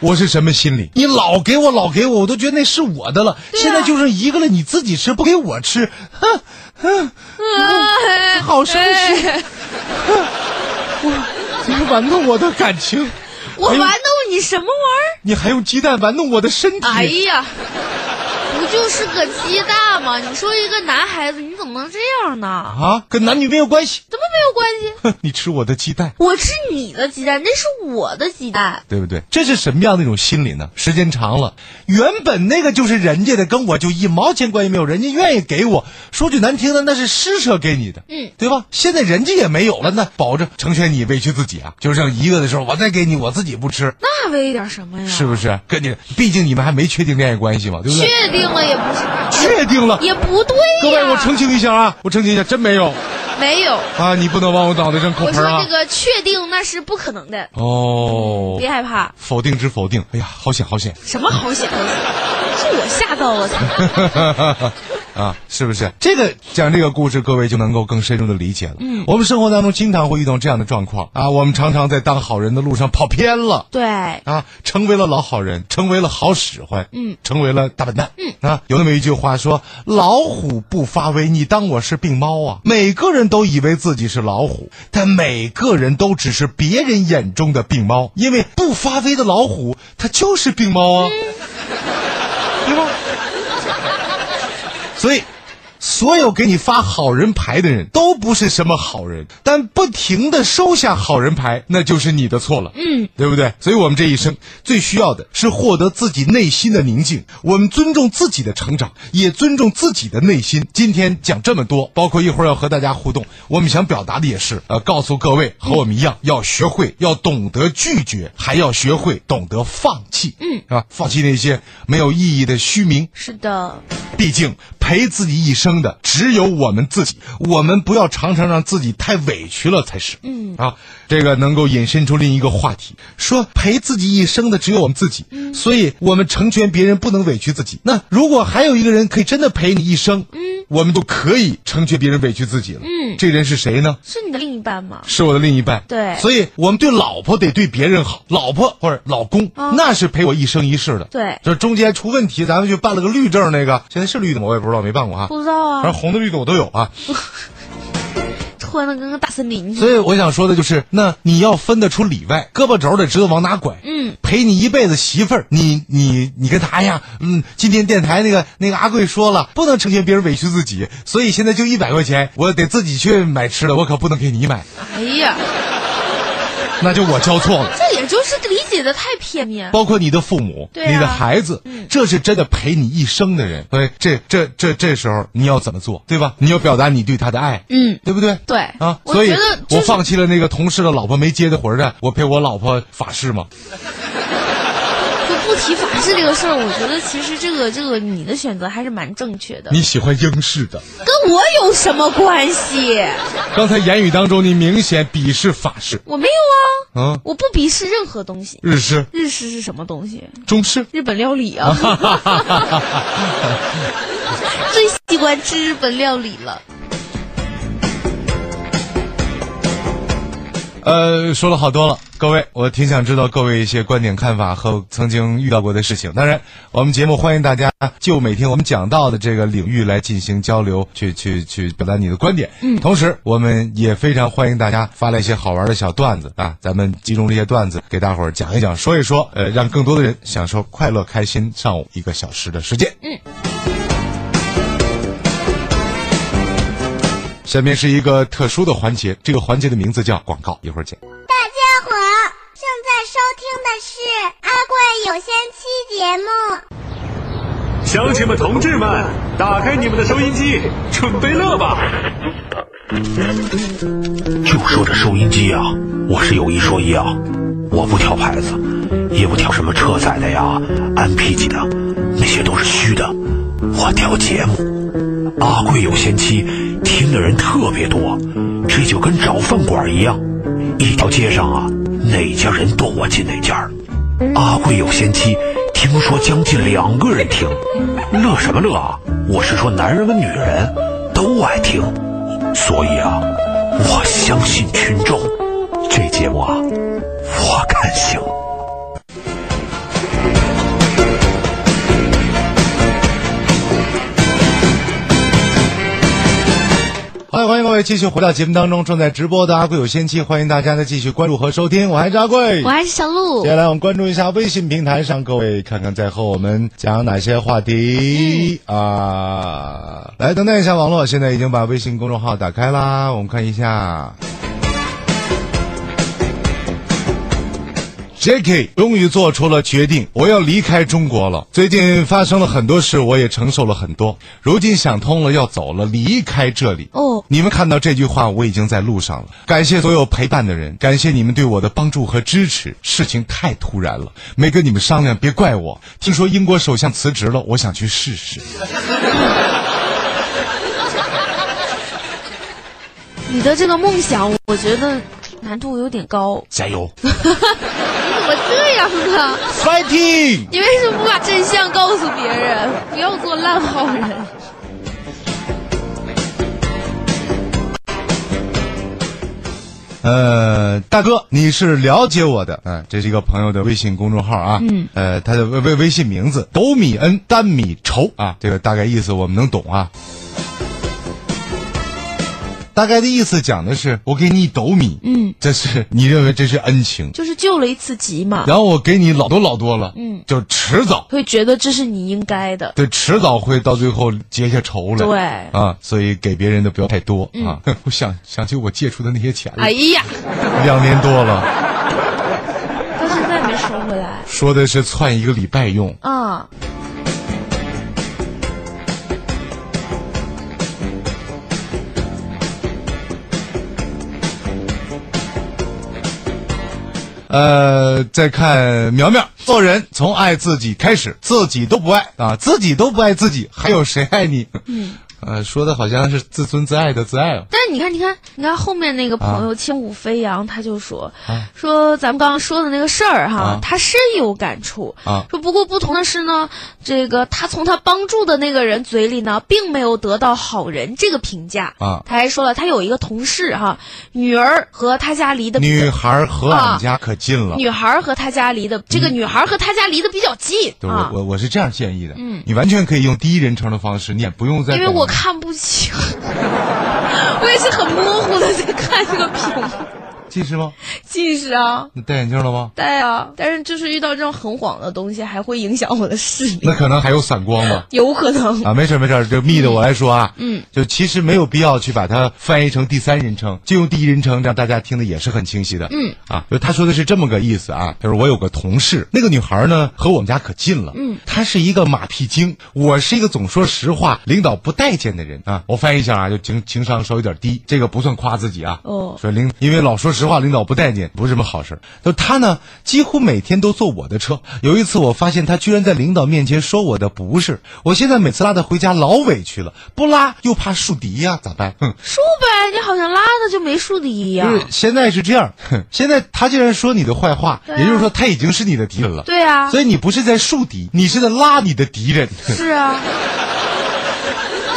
S1: 我是什么心理？你老给我，老给我，我都觉得那是我的了。
S2: 啊
S1: 现在就剩一个了，你自己吃不给我吃，哼，
S2: 哎
S1: 好生气
S2: 哎
S1: 你玩弄我的感情，
S2: 我
S1: 哎
S2: 玩
S1: 呦
S2: 弄你什么玩意儿？
S1: 你还用鸡蛋玩弄我的身体。
S2: 哎呀，不就是个鸡蛋吗？你说一个男孩子，你怎么能这样呢？
S1: 啊，跟男女没有关系。
S2: 怎么没有关系？
S1: 哼，你吃我的鸡蛋，
S2: 我吃你的鸡蛋，那是我的鸡蛋。
S1: 对不对？这是什么样的一种心理呢？时间长了，原本那个就是人家的，跟我就一毛钱关系没有，人家愿意给我。说句难听的，那是施舍给你的，
S2: 嗯，
S1: 对吧？现在人家也没有了，那保证成全你委屈自己啊，就剩一个的时候，我再给你，我自己不吃，
S2: 那为点什么呀？
S1: 是不是？跟你，毕竟你们还没确定恋爱关系嘛，对不对？
S2: 确定了也不是。
S1: 确定了。
S2: 也不对呀，
S1: 各位，我澄清一下啊，我澄清一下，真没有
S2: 没有，
S1: 啊！你不能往我脑袋上扣
S2: 我
S1: 盆
S2: 说
S1: 啊！
S2: 这个确定那是不可能的，
S1: 哦，
S2: 别害怕，
S1: 否定之否定，哎呀，好险好险！
S2: 什么好 险好险，是我吓到了 他。
S1: 啊，是不是？这个讲这个故事，各位就能够更深入的理解了。嗯，我们生活当中经常会遇到这样的状况啊，我们常常在当好人的路上跑偏了。
S2: 对，
S1: 啊，成为了老好人，成为了好使唤，嗯，成为了大笨蛋，嗯啊，有那么一句话说：“老虎不发威，你当我是病猫啊？”每个人都以为自己是老虎，但每个人都只是别人眼中的病猫，因为不发威的老虎，它就是病嗯猫啊，对吧？所以，所有给你发好人牌的人都不是什么好人，但不停的收下好人牌，那就是你的错了，嗯，对不对？所以我们这一生最需要的是获得自己内心的宁静，我们尊重自己的成长，也尊重自己的内心。今天讲这么多，包括一会儿要和大家互动，我们想表达的也是，呃，告诉各位和我们一样，要学会要懂得拒绝，还要学会懂得放弃，嗯，是吧？放弃那些没有意义的虚名，
S2: 是的，
S1: 毕竟陪自己一生的只有我们自己，我们不要常常让自己太委屈了才是。嗯啊，这个能够引申出另一个话题，说陪自己一生的只有我们自己，所以我们成全别人不能委屈自己。那如果还有一个人可以真的陪你一生，嗯，我们就可以成全别人委屈自己了。嗯，这人是谁呢？
S2: 是你的另一半吗？
S1: 是我的另一半。
S2: 对
S1: 所以我们对老婆得对别人好，老婆或者老公、那是陪我一生一世的。
S2: 嗯对
S1: 就是中间出问题，咱们去办了个绿证，那个现在是绿的吗？我也不知道，没办过啊。
S2: 不知道
S1: 反正
S2: 啊，
S1: 红的绿的我都有啊。
S2: 突的跟个大森林似的。
S1: 所以我想说的就是，那你要分得出里外，胳膊肘得知道往哪拐。嗯，陪你一辈子媳妇儿，你你你跟她呀，嗯，今天电台那个那个阿贵说了，不能成全别人委屈自己，所以现在就一百块钱，我得自己去买吃的，我可不能给你买，
S2: 哎呀，
S1: 那就我交错了。
S2: 这也就是理解的太片面。
S1: 包括你的父母、
S2: 对啊
S1: 你的孩子，这是真的陪你一生的人。所以这这这这时候你要怎么做，对吧？你要表达你对他的爱，
S2: 嗯，
S1: 对不对？
S2: 对
S1: 啊，
S2: 我
S1: 所以
S2: 觉得就是
S1: 我放弃了那个同事的老婆没接的活的，我陪我老婆法事嘛。
S2: 就不提法式这个事儿，我觉得其实这个这个你的选择还是蛮正确的，
S1: 你喜欢英式的，
S2: 跟我有什么关系？
S1: 刚才言语当中你明显鄙视法式，
S2: 我没有啊，
S1: 嗯
S2: 我不鄙视任何东西。
S1: 日式、
S2: 日式是什么东西？
S1: 中式。
S2: 日本料理啊，最喜欢吃日本料理了。
S1: 呃，说了好多了，各位，我挺想知道各位一些观点、看法和曾经遇到过的事情。当然，我们节目欢迎大家就每天我们讲到的这个领域来进行交流，去 去去表达你的观点。嗯，同时我们也非常欢迎大家发来一些好玩的小段子啊，咱们集中这些段子给大伙儿讲一讲，说一说，呃，让更多的人享受快乐、开心上午一个小时的时间。下面是一个特殊的环节，这个环节的名字叫广告，一会儿见。
S3: 大家好，正在收听的是《阿怪有仙妻》节目。
S4: 乡亲们、同志们，打开你们的收音机，准备乐吧！
S5: 就说这收音机啊，我是有一说一啊，我不挑牌子，也不挑什么车载的呀、MP 级的，那些都是虚的，我挑节目。阿贵有仙妻听的人特别多，这就跟找饭馆一样，一条街上啊，哪家人多我进哪家儿。阿贵有仙妻，听说将近两个人听，乐什么乐啊？我是说男人跟女人都爱听，所以啊，我相信群众，这节目啊，我看行。
S1: 好的，欢迎各位继续回到节目当中，正在直播的阿贵有仙妻，欢迎大家呢继续关注和收听，我还是阿贵
S2: 我。还是小鹿
S1: 接，下来我们关注一下微信平台上各位，看看在和我们讲哪些话题、
S2: 嗯
S1: 啊？来等待一下网络，现在已经把微信公众号打开啦，我们看一下。J.K. 终于做出了决定，我要离开中国了。最近发生了很多事，我也承受了很多。如今想通了，要走了，离开这里。
S2: 哦
S1: 你们看到这句话，我已经在路上了。感谢所有陪伴的人，感谢你们对我的帮助和支持。事情太突然了，没跟你们商量，别怪我。听说英国首相辞职了，我想去试试。
S2: 你的这个梦想，我觉得难度有点高。
S5: 加油！
S2: 你怎么这样啊？
S1: Fighting！
S2: 你为什么不把真相告诉别人？不要做烂好人。
S1: 呃，大哥，你是了解我的，嗯、这是一个朋友的微信公众号啊，嗯，呃，他的微微微信名字斗米恩单米仇啊，这个大概意思我们能懂啊。大概的意思讲的是，我给你一斗米，嗯，这是你认为这是恩情，
S2: 就是救了一次急嘛，
S1: 然后我给你老多老多了，嗯，就迟早，
S2: 会觉得这是你应该的。
S1: 对，迟早会到最后结下仇来，
S2: 对
S1: 啊，所以给别人的不要太多、啊。 我想想起我借出的那些钱了，
S2: 哎呀，
S1: 两年多了，
S2: 到现在没收回来
S1: 说的是窜一个礼拜用。
S2: 啊、
S1: 呃，再看苗苗，做人从爱自己开始，自己都不爱啊，自己都不爱自己，还有谁爱你？嗯，呃，说的好像是自尊自爱的自爱啊。
S2: 但是你看，你看，你看后面那个朋友轻舞飞扬，他就说、说咱们刚刚说的那个事儿哈，
S1: 啊
S2: 他深有感触。
S1: 啊
S2: 说不过不同的是呢，这个他从他帮助的那个人嘴里呢，并没有得到好人这个评价
S1: 啊
S2: 他还说了，他有一个同事哈，女儿和他家离得比较
S1: 女孩和俺家可近了，
S2: 女孩儿和他家离的这个女孩儿和他家离得比较近
S1: 对
S2: 啊
S1: 我，我我是这样建议的，嗯，你完全可以用第一人称的方式，你也不用再
S2: 因为我看不清， 我也是很模糊的在看这个屏幕。
S1: 近视吗？
S2: 近视啊，
S1: 你戴眼镜了吗？
S2: 戴啊，但是就是遇到这种很晃的东西，还会影响我的视力，
S1: 那可能还有散光吧。
S2: 有可能。
S1: 啊，没事儿没事儿，这密的我来说啊，嗯，就其实没有必要去把它翻译成第三人称，就用第一人称，让大家听的也是很清晰的，嗯，啊，就他说的是这么个意思啊，就是我有个同事，那个女孩呢和我们家可近了，嗯，她是一个马屁精，我是一个总说实话、领导不待见的人啊，我翻译一下啊，就情情商稍微有点低，这个不算夸自己啊，
S2: 哦
S1: 说领，因为老说实话，领导不待见不是什么好事儿。就他呢，几乎每天都坐我的车。有一次我发现他居然在领导面前说我的不是，我现在每次拉他回家老委屈了，不拉又怕树敌呀、咋办？哼，
S2: 树呗，你好像拉的就没树的一样
S1: 就。 是现在是这样， 哼，现在他竟然说你的坏话，
S2: 对啊
S1: 也就是说他已经是你的敌人了。
S2: 对啊
S1: 所以你不是在树敌，你是在拉你的敌人。
S2: 是啊，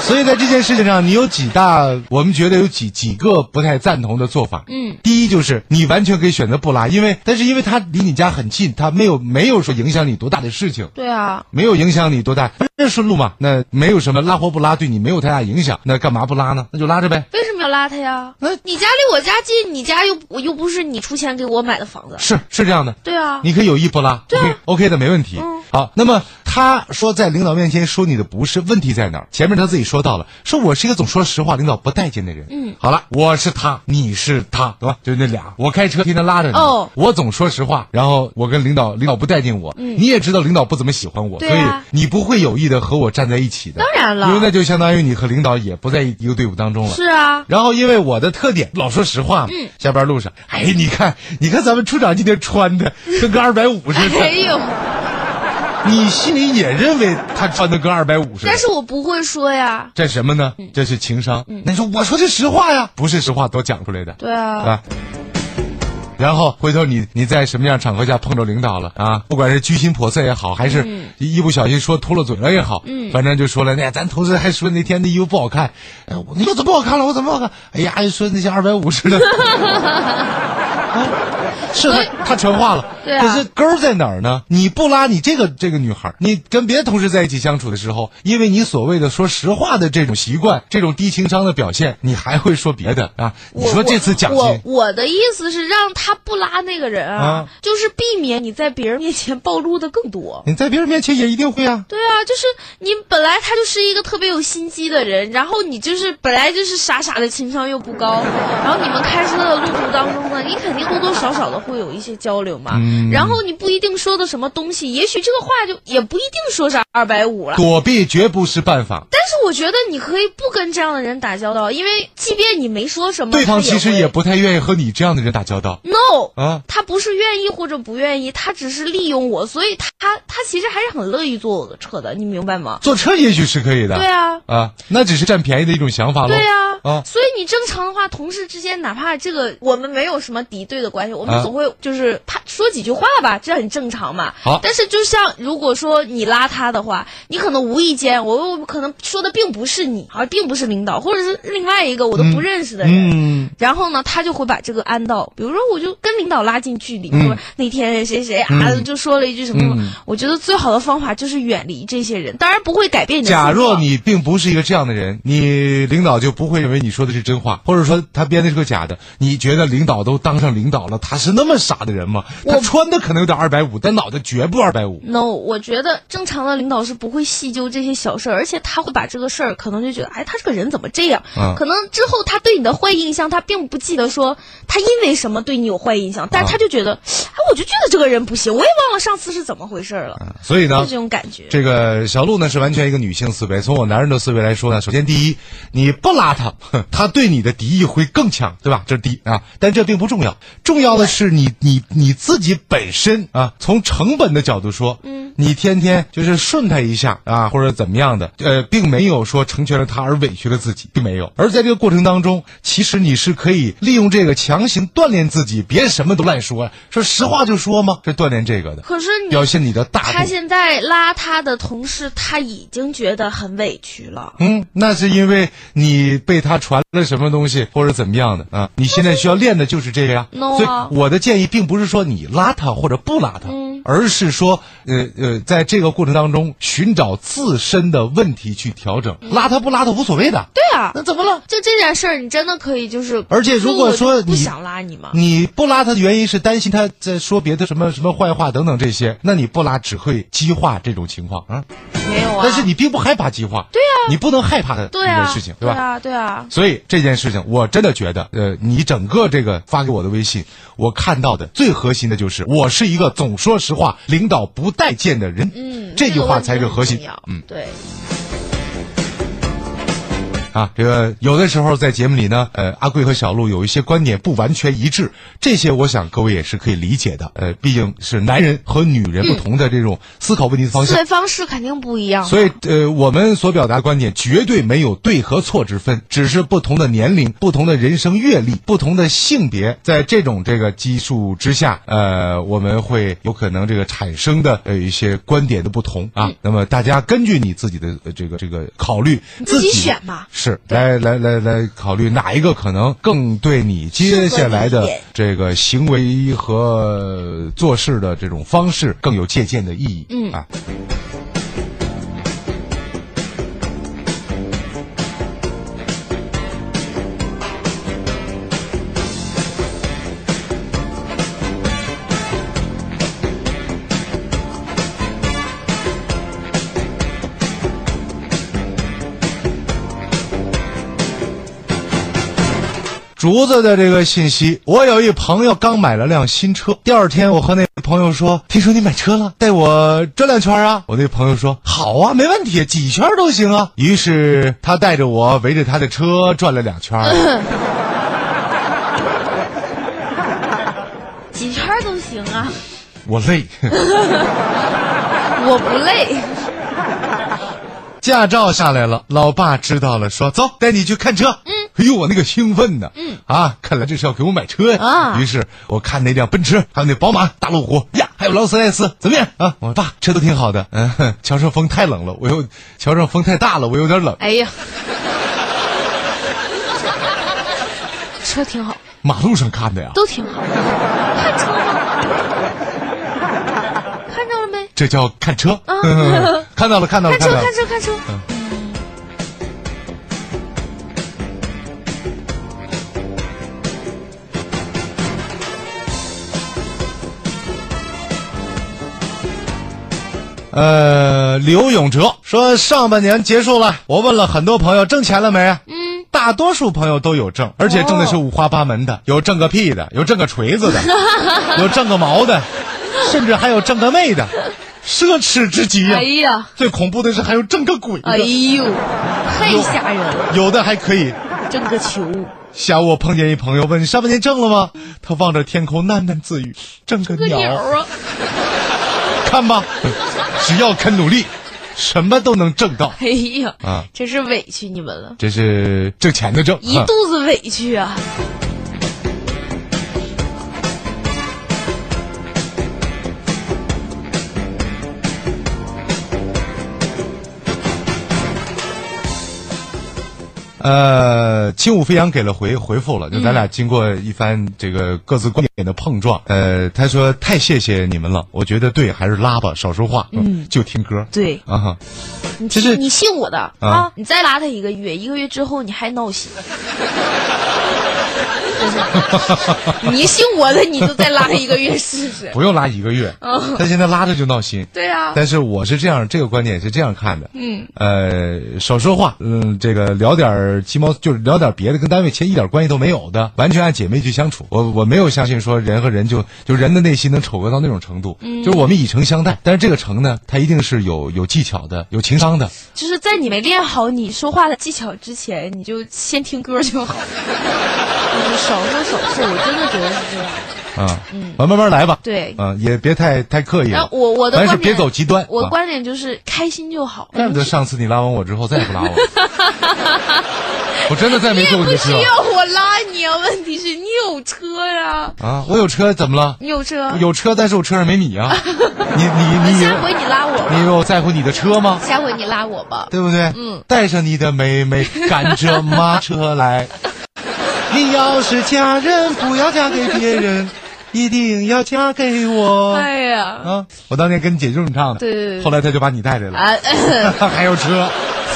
S1: 所以在这件事情上，你有几大，我们觉得有几几个不太赞同的做法。嗯，第一就是你完全可以选择不拉，因为但是因为他离你家很近，他没有没有说影响你多大的事情。
S2: 对啊，
S1: 没有影响你多大，这顺路嘛，那没有什么拉或不拉对你没有太大影响，那干嘛不拉呢？那就拉着呗。
S2: 为什么要拉他呀？
S1: 那
S2: 你家离我家近，你家又我又不是你出钱给我买的房子。
S1: 是是这样的，
S2: 对啊，
S1: 你可以有意不拉，
S2: 对啊
S1: o k 的，没问题。
S2: 嗯
S1: 好，那么他说在领导面前说你的不是，问题在哪儿？前面他自己说到了，说我是一个总说实话、领导不待见的人。嗯，好了，我是他，你是他，对吧？就是那俩，我开车天天拉着你，
S2: 哦
S1: 我总说实话，然后我跟领导，领导不待见我，你也知道领导不怎么喜欢我，
S2: 嗯对
S1: 所以
S2: 啊
S1: 你不会有意的和我站在一起的。
S2: 当然了
S1: 因为那就相当于你和领导也不在一个队伍当中了。
S2: 是啊，
S1: 然后因为我的特点，老说实话嘛，
S2: 嗯
S1: 下班路上，哎，你看，你看咱们处长今天穿 的跟个二百五似
S2: 哎
S1: 的，
S2: 呦，
S1: 你心里也认为他穿的跟二百五似的
S2: 但。是嗯我不会说呀。
S1: 这什么呢？这是情商。那你说我说的实话呀，不是实话都讲出来的。
S2: 对啊
S1: 啊。然后回头你你在什么样场合下碰着领导了啊？不管是居心叵测也好，还是一不小心说秃了嘴了也好，嗯，反正就说了，那咱同事还说那天的衣服不好看，哎，我你说怎么不好看了？我怎么不好看？哎呀，一说那些二百五似的，啊是他他传话了，
S2: 对啊
S1: 可是根儿在哪儿呢？你不拉你这个这个女孩儿，你跟别的同事在一起相处的时候，因为你所谓的说实话的这种习惯，这种低情商的表现，你还会说别的啊？你
S2: 我
S1: 说这次奖
S2: 我
S1: 金，
S2: 我的意思是让他不拉那个人啊
S1: 啊，
S2: 就是避免你在别人面前暴露的更多。
S1: 你在别人面前也一定会啊。
S2: 对啊，就是你本来他就是一个特别有心机的人，然后你就是本来就是傻傻的，情商又不高，然后你们开车的路途当中呢，你肯定多多少少的会有一些交流嘛。
S1: 嗯
S2: 然后你不一定说的什么东西，也许这个话就也不一定说是二百五了。
S1: 躲避绝不是办法，
S2: 但是我觉得你可以不跟这样的人打交道，因为即便你没说什么，
S1: 对方
S2: 他
S1: 其实
S2: 会
S1: 也不太愿意和你这样的人打交道
S2: no
S1: 啊。
S2: 他不是愿意或者不愿意，他只是利用我，所以他他其实还是很乐意坐我的车的，你明白吗？
S1: 坐车也许是可以的，
S2: 对啊
S1: 啊，那只是占便宜的一种想法喽。
S2: 对呀、
S1: 啊
S2: 所以你正常的话，同事之间哪怕这个我们没有什么敌对的关系，我们
S1: 啊
S2: 总会就是怕说几句话吧，这很正常嘛。
S1: 好
S2: 但是就像如果说你拉他的话，你可能无意间，我我可能说的并不是你，而并不是领导，或者是另外一个我都不认识的人。
S1: 嗯，
S2: 然后呢，他就会把这个安到，比如说，我就跟领导拉近距离。
S1: 嗯
S2: 或者那天谁谁啊，就说了一句什么什么，
S1: 嗯
S2: 我觉得最好的方法就是远离这些人，当然不会改变你的。
S1: 假若，你并不是一个这样的人，你领导就不会认为你说的是真话，或者说他编的是个假的。你觉得领导都当上领导了，他是那么傻的人吗？他穿的可能有点二百五，但脑袋绝不二百五。
S2: no，我觉得正常的领导是不会细究这些小事儿，而且他会把这个事儿可能就觉得，哎，他这个人怎么这样？
S1: 嗯
S2: 可能之后他对你的坏印象，他并不记得说他因为什么对你有坏印象，但
S1: 啊
S2: 是他就觉得，哎，我就觉得这个人不行，我也忘了上次是怎么回事儿了，
S1: 所以
S2: 就
S1: 呢，
S2: 这种感觉。
S1: 这个小鹿呢是完全一个女性思维。从我男人的思维来说呢，首先第一，你不拉他，哼 他对你的敌意会更强，对吧？这是第一啊，但这并不重要，重要的是你你你自己本身啊，从成本的角度说，嗯，你天天就是顺他一下啊，或者怎么样的，呃，并没有说成全了他而委屈了自己，并没有。而在这个过程当中，其实你是可以利用这个强行锻炼自己，别什么都乱说，说实话就说嘛，这锻炼这个的，
S2: 可是你
S1: 表现你的大度。
S2: 他现在拉他的同事，他已经觉得很委屈了。
S1: 嗯，那是因为你被他传了什么东西，或者怎么样的啊？你现在需要练的就是这个呀。
S2: No 啊
S1: 所以我的建议并不是说你拉他或者不拉他，
S2: 嗯
S1: 而是说，呃呃，在这个过程当中寻找自身的问题去调整，
S2: 嗯
S1: 拉他不拉他无所谓的。对，
S2: 对啊，
S1: 那怎么了？
S2: 就这件事儿，你真的可以就是，
S1: 而且如果说
S2: 我就不
S1: 你
S2: 想拉你嘛，
S1: 你不拉他的原因是担心他在说别的什么什么坏话等等这些，那你不拉只会激化这种情况啊。
S2: 没有啊？
S1: 但是你并不害怕激化，对
S2: 啊
S1: 你不能害怕他这
S2: 对
S1: 件
S2: 啊，
S1: 事情，
S2: 对
S1: 吧？
S2: 啊，对啊，
S1: 所以这件事情，我真的觉得，呃，你整个这个发给我的微信，我看到的最核心的就是，我是一个总说实话、领导不待见的人。
S2: 嗯，
S1: 这句
S2: 个
S1: 话
S2: 问题
S1: 才是
S2: 很
S1: 核心
S2: 重要。
S1: 嗯，
S2: 对，
S1: 啊，这个有的时候在节目里呢，呃，阿贵和小鹿有一些观点不完全一致，这些我想各位也是可以理解的。呃，毕竟是男人和女人不同的这种思考问题的方
S2: 思
S1: 向。
S2: 维方式肯定不一样。
S1: 所以，呃，我们所表达的观点绝对没有对和错之分，只是不同的年龄、不同的人生阅历、不同的性别，在这种这个基数之下，呃，我们会有可能这个产生的呃一些观点的不同
S2: 嗯
S1: 啊。那么大家根据你自己的、呃这个这个考虑，
S2: 自己
S1: 己
S2: 选吧
S1: 是来来来来考虑哪一个可能更对你接下来
S2: 适合你一
S1: 的
S2: 点
S1: 这个行为和做事的这种方式更有借鉴的意义。嗯啊。竹子的这个信息，我有一朋友刚买了辆新车，第二天我和那朋友说，听说你买车了，带我转两圈啊。我那朋友说，好啊，没问题，几圈都行啊。于是他带着我围着他的车转了两圈儿。
S2: 几圈儿都行啊，
S1: 我累。
S2: 我不累。
S1: 驾照下来了，老爸知道了，说走，带你去看车。嗯，哎呦，我那个兴奋呐。嗯啊，看来这是要给我买车呀。
S2: 啊
S1: 于是我看那辆奔驰，还有那宝马、大路虎呀，还有劳斯莱斯，怎么样啊？我说爸，车都挺好的。嗯，哼桥上风太冷了，我又桥上风太大了，我有点冷。
S2: 哎呀，车挺好，
S1: 马路上看的呀，
S2: 都挺好。看车吗？看着了没？
S1: 这叫看车。
S2: 啊
S1: 嗯 看到了，看到了，
S2: 看车，
S1: 到了
S2: 看。车，看车。
S1: 呃，刘永哲说，上半年结束了，我问了很多朋友，挣钱了没？嗯，大多数朋友都有挣，而且挣的
S2: 哦
S1: 是五花八门的，有挣个屁的，有挣个锤 子的，有挣个毛的，甚至还有挣个妹的，奢侈之极呀、
S2: 哎呀，
S1: 最恐怖的是还有挣个鬼的，
S2: 哎呦，太吓人了，
S1: 有的还可以。
S2: 整个球。
S1: 下午我碰见一朋友问上半年挣了吗？他望着天空喃喃自语：“挣个
S2: 个
S1: 鸟。”
S2: 鸟啊！
S1: 看吧，只要肯努力，什么都能挣到。
S2: 哎呀，
S1: 啊
S2: 真是委屈你们了，
S1: 这是挣钱的挣，
S2: 一
S1: 哈
S2: 肚子委屈啊！
S1: 呃，轻舞飞扬给了回回复了，就咱俩经过一番这个各自观点的碰撞，呃，他说太谢谢你们了，我觉得对，还是拉吧，少说话，嗯，就听歌，
S2: 对
S1: 啊哈，
S2: 你
S1: 其实
S2: 信你信我的
S1: 啊
S2: 啊！你再拉他一个月，一个月之后你还闹心，真是。你信我的，你就再拉他一个月 试试。
S1: 不用拉一个月，他现在拉着就闹心，
S2: 对啊，
S1: 但是我是这样，这个观点是这样看的，嗯，呃，少说话，嗯，这个聊点儿鸡毛，就是聊点别的，跟单位其实一点关系都没有的，完全按姐妹去相处。我我没有相信说人和人就就人的内心能丑恶到那种程度，嗯，就是我们以诚相待，但是这个诚呢，它一定是有有技巧的，有情商的。
S2: 就是在你没练好你说话的技巧之前，你就先听歌 就好。就是少说少事，我真的觉得是这样。
S1: 啊，完慢慢来吧。
S2: 嗯对
S1: 啊，也别太太刻意
S2: 然
S1: 了
S2: 后。我我的
S1: 但
S2: 观
S1: 啊是
S2: 点，
S1: 别走极端。
S2: 我的
S1: 啊
S2: 观点就是开心就好。
S1: 怪不得上次你拉完我之后再也不 拉我了，我真的再没做过
S2: 不
S1: 你
S2: 需
S1: 事了
S2: 要我拉你啊，问题是你有车呀、
S1: 啊！我有车怎么了？
S2: 你有车。
S1: 有车，但是我车上没你 啊！你你你
S2: 下回你拉我吧
S1: 你有在乎你的车吗？
S2: 下回你拉我吧。
S1: 对不对？嗯，带上你的妹妹，赶着马车来。你要是嫁人，不要嫁给别人，一定要嫁给我。
S2: 哎呀，
S1: 啊！我当年跟姐就这么唱的，
S2: 对对对
S1: 后来他就把你带来了，
S2: 啊，
S1: 还有车。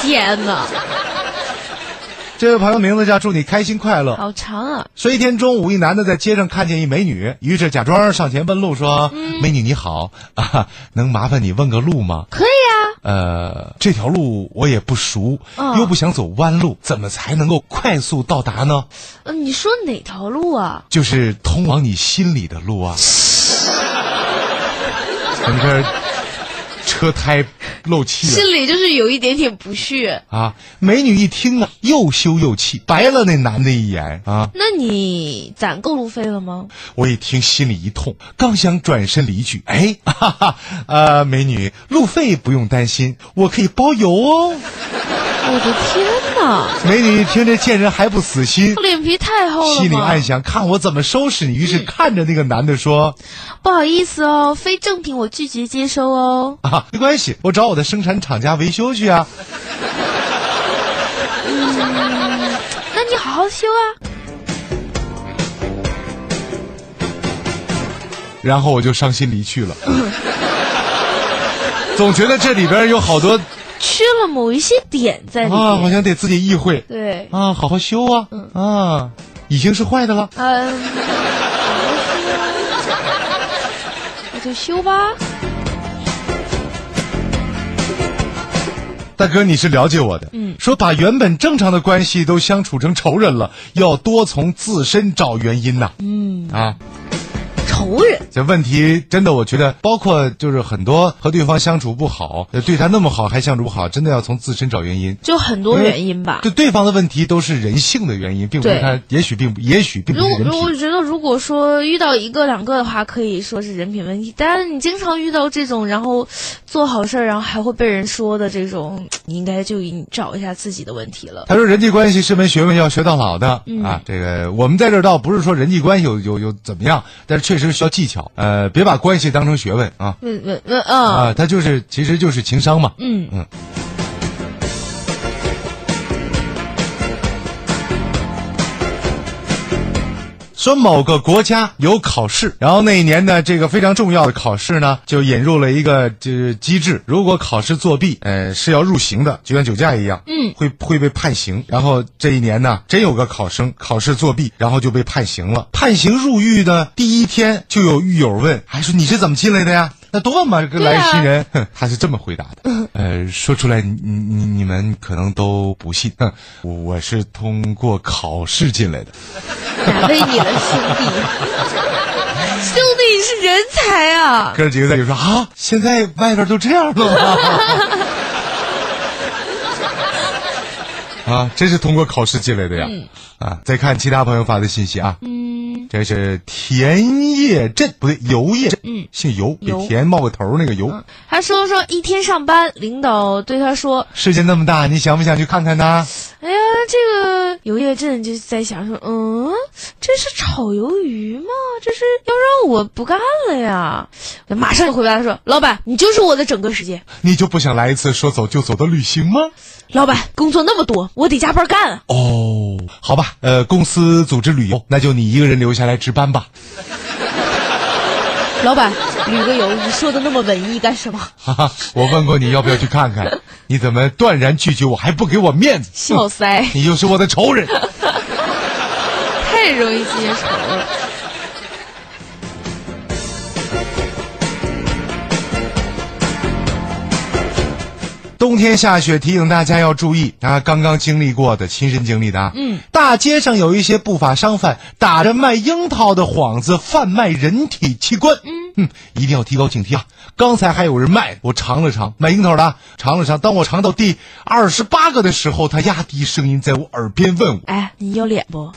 S2: 天哪，
S1: 这位朋友名字叫祝你开心快乐。
S2: 好长啊！
S1: 说一天中午，一男的在街上看见一美女，于是假装上前问路，说：“
S2: 嗯
S1: 美女你好 啊，能麻烦你问个路吗？”
S2: 可以啊，
S1: 呃，这条路我也不熟，
S2: 嗯
S1: 又不想走弯路，怎么才能够快速到达呢？
S2: 呃你说哪条路啊？
S1: 就是通往你心里的路 啊！你看，车胎漏气了
S2: 心里就是有一点点不屑。
S1: 啊！美女一听啊，又羞又气，白了那男的一眼啊！
S2: 那你攒够路费了吗？
S1: 我一听心里一痛，刚想转身离去，哎，哈哈，呃，美女，路费不用担心，我可以包邮哦。
S2: 我的天哪，
S1: 美女一听这贱人还不死心，
S2: 脸皮太厚了吗？
S1: 心里暗想：看我怎么收拾你。于是看着那个男的说
S2: 不好意思哦，非正品我拒绝接收哦：“。
S1: 啊，没关系，我找我的生产厂家维修去啊。
S2: 那你好好修啊。”
S1: 然后我就伤心离去了。总觉得这里边有好多
S2: 缺了某一些点在里
S1: 啊，好
S2: 面。
S1: 像得自己意会
S2: 对，
S1: 啊，好好修啊啊，已经是坏的了。
S2: 嗯，好好修啊，那就修吧。
S1: 大哥，你是了解我的。嗯，说把原本正常的关系都相处成仇人了，要多从自身找原因呐、嗯啊，
S2: 仇人。
S1: 这问题真的，我觉得包括就是很多和对方相处不好，呃对他那么好还相处不好，真的要从自身找原因。
S2: 哎就很多原因吧。
S1: 对对方的问题都是人性的原因，并不是
S2: 对
S1: 他，也许并不，也许并不
S2: 如
S1: 是
S2: 果
S1: 人
S2: 如果我
S1: 品。
S2: 觉得，如果说遇到一个两个的话，可以说是人品问题。但是你经常遇到这种，然后做好事儿，然后还会被人说的这种，你应该就你找一下自己的问题了。
S1: 他说：“人际关系是门学问，要学到老的、
S2: 嗯
S1: 啊。这个我们在这儿倒不是说人际关系有有有怎么样，但是确实需要技巧。呃，别把关系当成学问啊
S2: 问问问啊，
S1: 啊，它就是其实就是情商嘛。
S2: 嗯
S1: 嗯。说某个国家有考试，然后那一年呢，这个非常重要的考试呢，就引入了一个就是机制，如果考试作弊，呃，是要入刑的，就像酒驾一样，嗯，会会被判刑。然后这一年呢，真有个考生考试作弊，然后就被判刑了。判刑入狱的第一天，就有狱友问，还说你是怎么进来的呀？那多问嘛，这个来新人、哼 他是这么回答的，呃，说出来你你你们可能都不信， 哼我我是通过考试进来的。
S2: 难为你了，兄弟。兄弟，你是人才啊！
S1: 哥几个在就说啊，现在外边都这样了吗？啊，真是通过考试进来的呀！啊，再看其他朋友发的信息啊，
S2: 嗯，
S1: 这是田叶镇，不对，游叶镇，
S2: 嗯，
S1: 姓游，给
S2: 游
S1: 田冒个头那个游。
S2: 他说说一天上班，领导对他说
S1: 世界那么大，你想不想去看看呢？：“
S2: 哎呀，这个游业镇就在想说，嗯，这是炒鱿鱼吗？这是要让我不干了呀！马上就回答他说：“老板，你就是我的整个世界。
S1: 你就不想来一次说走就走的旅行吗？
S2: 老板，工作那么多，我得加班干啊！
S1: 哦，好吧，呃，公司组织旅游，那就你一个人留下来值班吧。
S2: 老板，旅个游，你说的那么文艺干什么？
S1: 哈哈， 我问过你要不要去看看，你怎么断然拒绝我，还不给我面子？
S2: 笑塞，
S1: 你就是我的仇人。
S2: 太容易记仇了。”
S1: 冬天下雪，提醒大家要注意啊！刚刚经历过的，亲身经历的啊，嗯，大街上有一些不法商贩打着卖樱桃的幌子贩卖人体器官，嗯一定要提高警惕啊！刚才还有人卖，我尝了尝卖樱桃的啊，尝了尝，当我尝到第二十八个的时候，他压低声音在我耳边问我，
S2: 哎，你要脸不？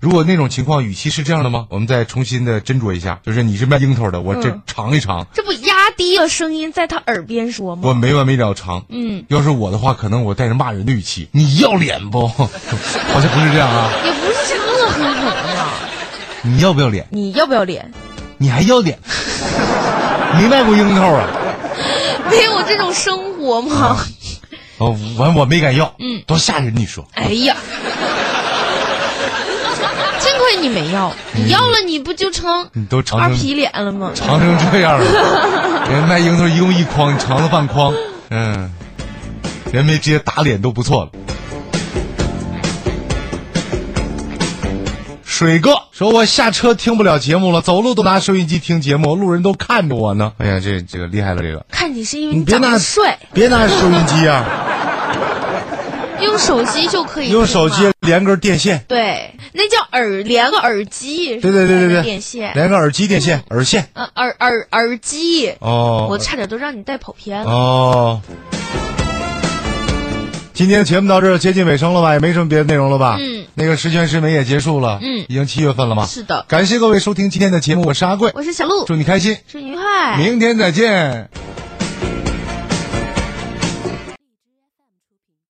S1: 如果那种情况语气是这样的吗？我们再重新的斟酌一下，就是你是卖樱桃的，我这
S2: 嗯
S1: 尝一尝，
S2: 这不压低了声音在他耳边说吗？
S1: 我没完没了尝。嗯，要是我的话，可能我带着骂人的语气，你要脸不？ 好像不是这样啊，
S2: 也不是这恶狠狠啊！
S1: 你要不要脸？
S2: 你要不要脸？
S1: 你还要脸？ 没卖过樱桃啊？
S2: 没有这种生活 吗？
S1: 哦，完我没敢要，嗯，多吓人！你说，
S2: 哎呀，幸亏你没要，
S1: 嗯
S2: 你要了你不就成
S1: 你都尝
S2: 二
S1: 成
S2: 皮脸了吗？
S1: 尝成这 样了，人卖樱桃一共一筐，你尝了半筐，嗯，人没直接打脸都不错了。水哥说：“我下车听不了节目了，走路都拿收音机听节目，路人都看着我呢。”哎呀，这这个厉害了，这个
S2: 看你是因为
S1: 你
S2: 你
S1: 别
S2: 长
S1: 拿
S2: 得帅，
S1: 别拿收音机 啊，
S2: 用手机就可以听嘛
S1: 用手机。连根电线，
S2: 对，那叫耳连个耳机，
S1: 对对对对对，
S2: 电线，
S1: 连个耳机电线，耳线。
S2: 呃耳耳耳机，
S1: 哦，
S2: 我差点都让你带跑 偏了。
S1: 哦。今天节目到这儿接近尾声了吧？也没什么别的内容了吧？
S2: 嗯，
S1: 那个十全十美也结束了，
S2: 嗯
S1: 已经七月份了嘛。
S2: 是的
S1: 感谢各位收听今天的节目，我是阿贵，
S2: 我是小鹿，哎
S1: 祝你开心，
S2: 是女孩。
S1: 明天再见。